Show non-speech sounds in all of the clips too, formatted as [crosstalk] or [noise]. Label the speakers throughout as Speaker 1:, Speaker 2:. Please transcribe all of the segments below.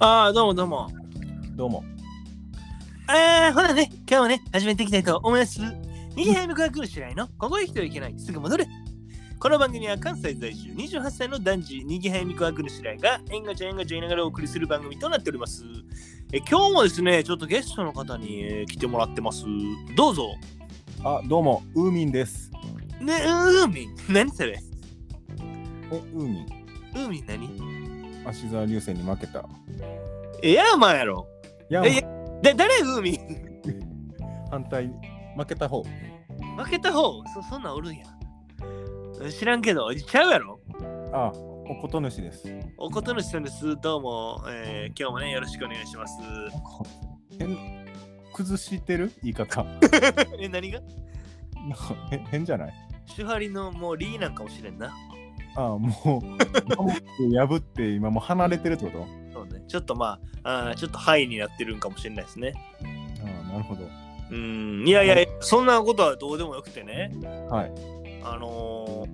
Speaker 1: ああ、どうもどうも。
Speaker 2: どうも。
Speaker 1: えー、ほらね、今日もね、始めていきたいと思います。右早くが来るしないの、ここへ一人いけない、すぐ戻れ。この番組は関西在住28歳の男児、右早くが来るしないが、縁がちゃ縁がちゃ言いながらお送りする番組となっております。え今日もですね、ちょっとゲストの方に、えー来てもらってます。どうぞ。
Speaker 2: あ、どうも、ウーミンです。
Speaker 1: ね、うーみん。何それ
Speaker 2: え、ウーミン。
Speaker 1: うーみん何
Speaker 2: 芦沢流星に負けた。
Speaker 1: エアーマンやろ。
Speaker 2: ヤ
Speaker 1: えいや
Speaker 2: ーマ
Speaker 1: だ誰うーみん [laughs]
Speaker 2: ン反対、負けた方。
Speaker 1: 負けた方そ、そんなんおるんや。知らんけど、ちゃうやろ。
Speaker 2: あ、おこと主です。
Speaker 1: おことのしさんです。どうも、えー今日もね、よろしくお願いします。
Speaker 2: 変、崩してる言い方。
Speaker 1: [laughs]
Speaker 2: [laughs]
Speaker 1: え、何が
Speaker 2: へ変じゃない
Speaker 1: 手張りのもうリーなんかもしれんな。 [laughs]
Speaker 2: あ、もう、守って破って今もう離れてるってこと
Speaker 1: そうね。ちょっとまあ、あーちょっとハイになってるんかもしれないですね。
Speaker 2: あなるほど。
Speaker 1: うん、いやいや、そんなことはどうでもよくてね。
Speaker 2: はい。
Speaker 1: あのー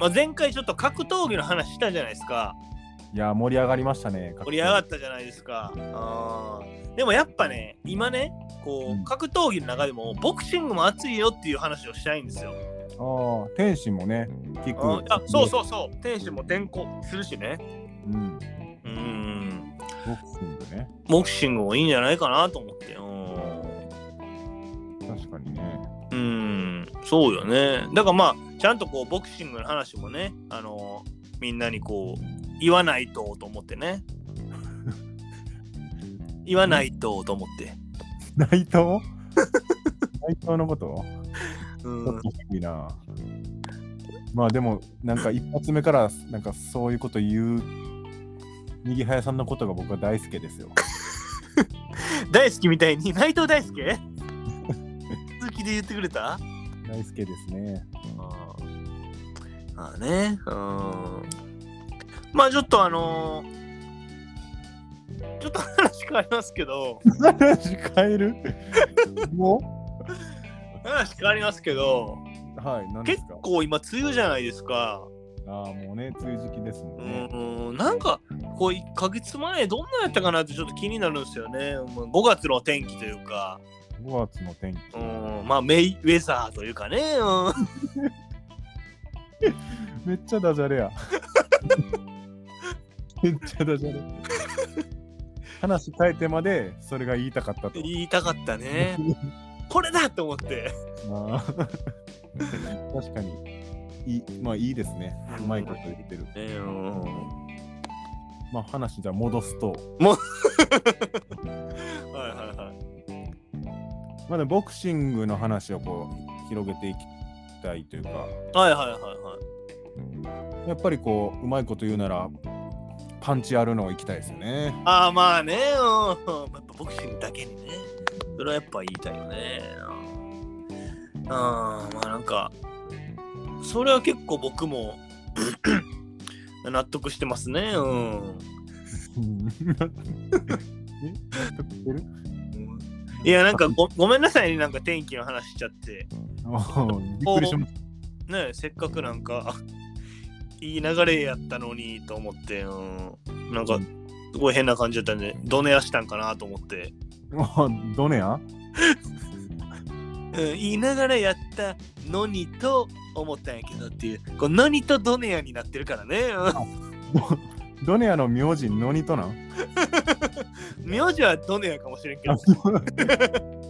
Speaker 1: まあ、前回ちょっと格闘技の話したじゃないですか。
Speaker 2: いや、盛り上がりましたね。
Speaker 1: 盛り上がっ
Speaker 2: た。
Speaker 1: たじゃないですか。あーでもやっぱね、今ね、こ
Speaker 2: うん
Speaker 1: う、格闘技の中でもボクシングも熱いよっていう話をしたいんですよ。
Speaker 2: あー天使もね、キック。
Speaker 1: ああそうそうそう、天使も転校するしね。
Speaker 2: う。うん。
Speaker 1: うん
Speaker 2: ボクシングね。
Speaker 1: ボクシングもいいんじゃないかなと思ってう
Speaker 2: 確かにね。
Speaker 1: んうんそうよねだからまあちゃんとこうボクシングの話もねあのみんなにこう言わないとと思って [laughs] ね言わないとと思って、
Speaker 2: 内
Speaker 1: [laughs]
Speaker 2: 藤内藤のこと
Speaker 1: うん
Speaker 2: ちょっと低いな。まあでも、なんか一発目から、なんかそういうこと言う、右早さんのことが僕は大好きですよ。
Speaker 1: 大好きみたいに内藤大輔好きで言ってくれた
Speaker 2: 大好きですね。
Speaker 1: あーまあね、うん。まあちょっとあのーちょっと話変わりますけど、
Speaker 2: 話変えるも
Speaker 1: 話変わりますけど、
Speaker 2: うはい、何で
Speaker 1: 結
Speaker 2: すか
Speaker 1: 構今梅雨じゃないですか。
Speaker 2: ああ、もうね、梅雨時期ですもん
Speaker 1: う
Speaker 2: ね。
Speaker 1: ん、なんかこう1ヶ月前どんなやったかなってちょっと気になるんですよね。まあ5月の天気というか、
Speaker 2: 5月の天気。
Speaker 1: うん、まあメイウェザーというかね、うん、 [laughs]
Speaker 2: めっちゃダジャレ
Speaker 1: [laughs]
Speaker 2: や。めっちゃダジャレ。話変えてまで、それが言いたかったと。
Speaker 1: 言いたかったね。これだと思って。
Speaker 2: まあ [laughs] 確かにいいまあいいですねうまいこと言ってる、
Speaker 1: [laughs] ねうん
Speaker 2: まあ話じゃあ戻すと
Speaker 1: はいはいはい。
Speaker 2: まだボクシングの話をこう広げていきたいというか
Speaker 1: はいはいはいはい。
Speaker 2: やっぱりこううまいこと言うならパンチあるのをいきたいですよね
Speaker 1: ああまあね、うん、やっぱボクシングだけにね、それはやっぱ言いたいよね。うん、あーまあなんか、それは結構僕も納得してますね。うん。
Speaker 2: [laughs] え納得してる
Speaker 1: いやなんかごごめんなさいね、なんか天気の話しちゃって。
Speaker 2: おーびっくりしまし
Speaker 1: ねせっかくなんか、いい流れやったのにと思って、うん。なんか、すごい変な感じだったんで、どねやしたんかなと思って。
Speaker 2: たおーどねや
Speaker 1: うん、言いながらやったのにと思ったんやけどっていう、こうのにとドネアになってるからね。
Speaker 2: どどねやの名字のに
Speaker 1: [laughs]
Speaker 2: となん
Speaker 1: うん名字はドネアかもしれんけど。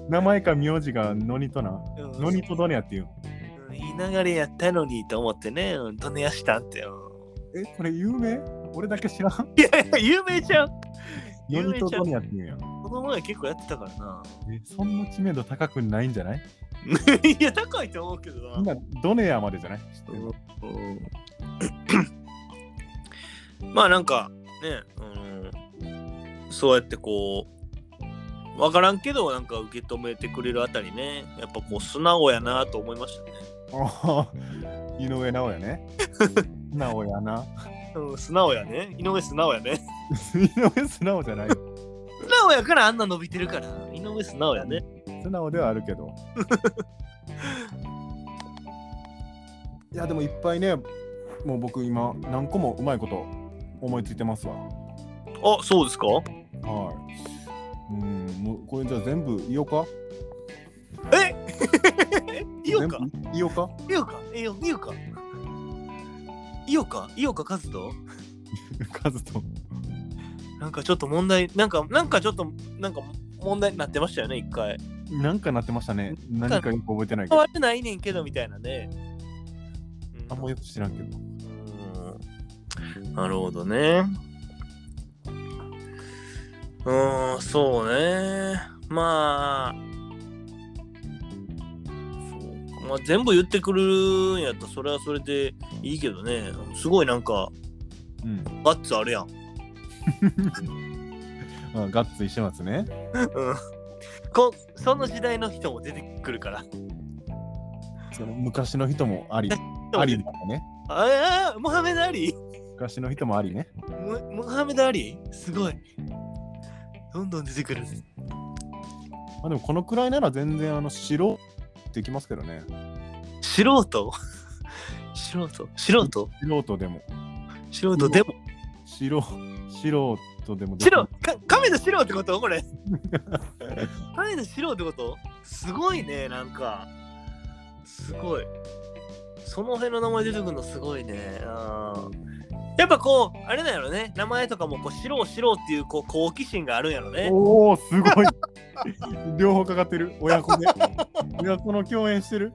Speaker 2: 名前か名字がのにとなん
Speaker 1: うん
Speaker 2: のにとどねやっていう
Speaker 1: うん言いながらやったのにと思ってね、うんドネアしたんって。うん
Speaker 2: え、これ有名俺だけ知らん
Speaker 1: いやいや、有名じゃん。[laughs]
Speaker 2: ヨ
Speaker 1: 有
Speaker 2: ニ
Speaker 1: 名
Speaker 2: と
Speaker 1: じゃ
Speaker 2: ド
Speaker 1: ん。
Speaker 2: ニアって言うんやん。
Speaker 1: 子供は結構やってたからな。 [laughs]
Speaker 2: え、そんな知名度高くないんじゃない
Speaker 1: いや、高いと思うけど
Speaker 2: みん
Speaker 1: な。
Speaker 2: なドネアまでじゃない知ってる
Speaker 1: うんまあなんかね、うん、そうやってこう分からんけどなんか受け止めてくれるあたりねやっぱこう素直やなと思いましたね、
Speaker 2: あー [laughs] 井上直
Speaker 1: [laughs]
Speaker 2: 也ね。直也な。
Speaker 1: うん、素直やね井上素直やね
Speaker 2: 井上素直じゃない。
Speaker 1: 素直やからあんな伸びてるから井上素直やね
Speaker 2: 素直ではあるけ
Speaker 1: [laughs]
Speaker 2: ど。いや、でもいっぱいね、もう僕今何個もうまいこと思いついてますわ。
Speaker 1: あ、そうですか
Speaker 2: はい。うん、もうこれじゃあ全部言おうか
Speaker 1: え言おうか
Speaker 2: 全部言お
Speaker 1: [laughs]
Speaker 2: うか
Speaker 1: 言おうか言おう言おうか言おうか言おうかカズト
Speaker 2: カズと。
Speaker 1: なんかちょっと問題、なんか、なんかちょっと、なんか問題になってましたよね、一回。
Speaker 2: なんかなってましたね。
Speaker 1: んか
Speaker 2: 何かよく覚えてないけど。
Speaker 1: 悪くないねんけど、みたいなね。
Speaker 2: あんまよく知らんけど。
Speaker 1: うんなるほどね。うーん、そうね。まあ。そうまあ、全部言ってくるんやったらそれはそれでいいけどねすごいなんか
Speaker 2: うん。
Speaker 1: ガッツあるやん、
Speaker 2: まあ、ガッツ石松ね。
Speaker 1: うん、こその時代の人も出てくるから
Speaker 2: その昔の人もあり。ありだね。
Speaker 1: [laughs] ああ、モハメド・アリ
Speaker 2: 昔の人もありね。
Speaker 1: モモハメド・アリすごい。どんどん出てくる。
Speaker 2: まあ、でもこのくらいなら全然あの白できますけどね。
Speaker 1: 素人 [laughs] 素人素人
Speaker 2: 素人でも。
Speaker 1: 素人でも
Speaker 2: 白、素人でもでき
Speaker 1: 白か亀の素人ってことこれ [laughs] 亀の素人ってことすごいねなんかすごいその辺の名前出てくるのすごいねあーやっぱこうあれだよね名前とかもこう素人素人っていうこう好奇心があるんやろね
Speaker 2: おお、すごい。両方かかってる。親子で。親子の共演してる。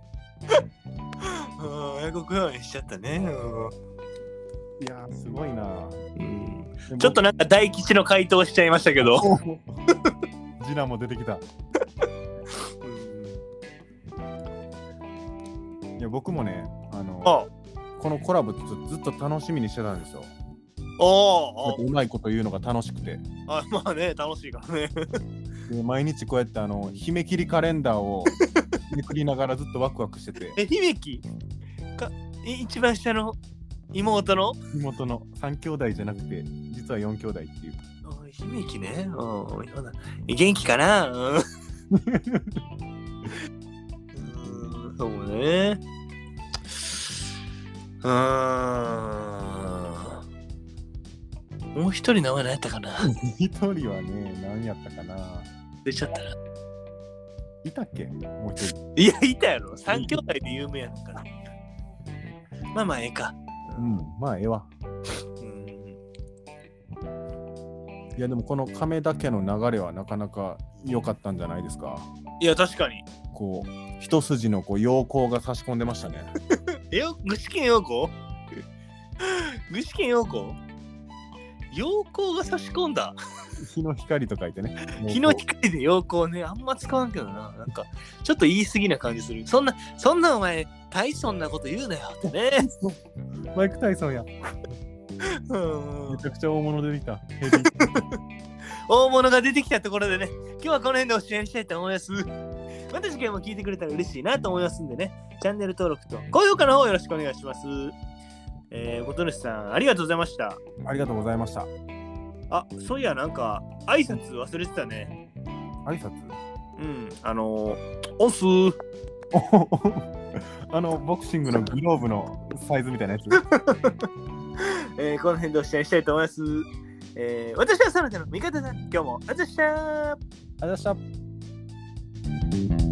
Speaker 1: うん親子共演しちゃったねうん
Speaker 2: いやー、すごいな。
Speaker 1: ちょっとなんか大吉の回答しちゃいましたけど。
Speaker 2: おー。次男も出てきた。いや、僕もね、あの、
Speaker 1: あ、
Speaker 2: このコラボちょっとずっと楽しみにしてたんですよ。
Speaker 1: おー
Speaker 2: うまいこと言うのが楽しくて。
Speaker 1: あ、あ、まあね、楽しいからね。
Speaker 2: で毎日こうやってあの、姫切りカレンダーをめくりながらずっとワクワクしてて、
Speaker 1: え、響きかい一番下の妹の
Speaker 2: 妹の3兄弟じゃなくて、実は4兄弟っていう。
Speaker 1: あ響きね。うんほな、元気かなうん [laughs] うん、そうね。うーん。もう一人名前何やったかな
Speaker 2: 一人はね、何やったかな。
Speaker 1: 出ちゃったな。
Speaker 2: いたっけもう一人。
Speaker 1: いや、いたやろ。三兄弟で有名やのから。まあまあ、ええか。
Speaker 2: うん、まあ、ええわ。
Speaker 1: うん
Speaker 2: いや、でもこの亀田家の流れはなかなか良かったんじゃないですか。
Speaker 1: いや、確かに。
Speaker 2: こう、一筋のこう陽光が差し込んでましたね。
Speaker 1: えよ、具志堅用子具志堅用子陽光が差し込んだ。
Speaker 2: 日の光と書いてね。
Speaker 1: 日の光で陽光ね、あんま使わんけどな。なんか、ちょっと言い過ぎな感じする。そんな、そんなお前、大層なこと言うなよってね。
Speaker 2: マイク・タイソンや。
Speaker 1: うん
Speaker 2: めちゃくちゃ大物出てきた。ヘビー
Speaker 1: 大物が出てきたところでね、今日はこの辺でおしまいにしたいと思います。また次回も聞いてくれたら嬉しいなと思いますんでね、チャンネル登録と高評価の方よろしくお願いします。えー、ことぬしさん、ありがとうございました。
Speaker 2: ありがとうございました。
Speaker 1: あ、そういや、なんか、挨拶忘れてたね。
Speaker 2: 挨拶
Speaker 1: うん、あのー、オスー。
Speaker 2: おおお [laughs] あの、ボクシングのグローブのサイズみ [laughs] たいなやつ。
Speaker 1: えー、この辺でおしまいにしたいと思います。えー、私はサラダの味方だ。今日も、あざっしたー
Speaker 2: ありがとうございました。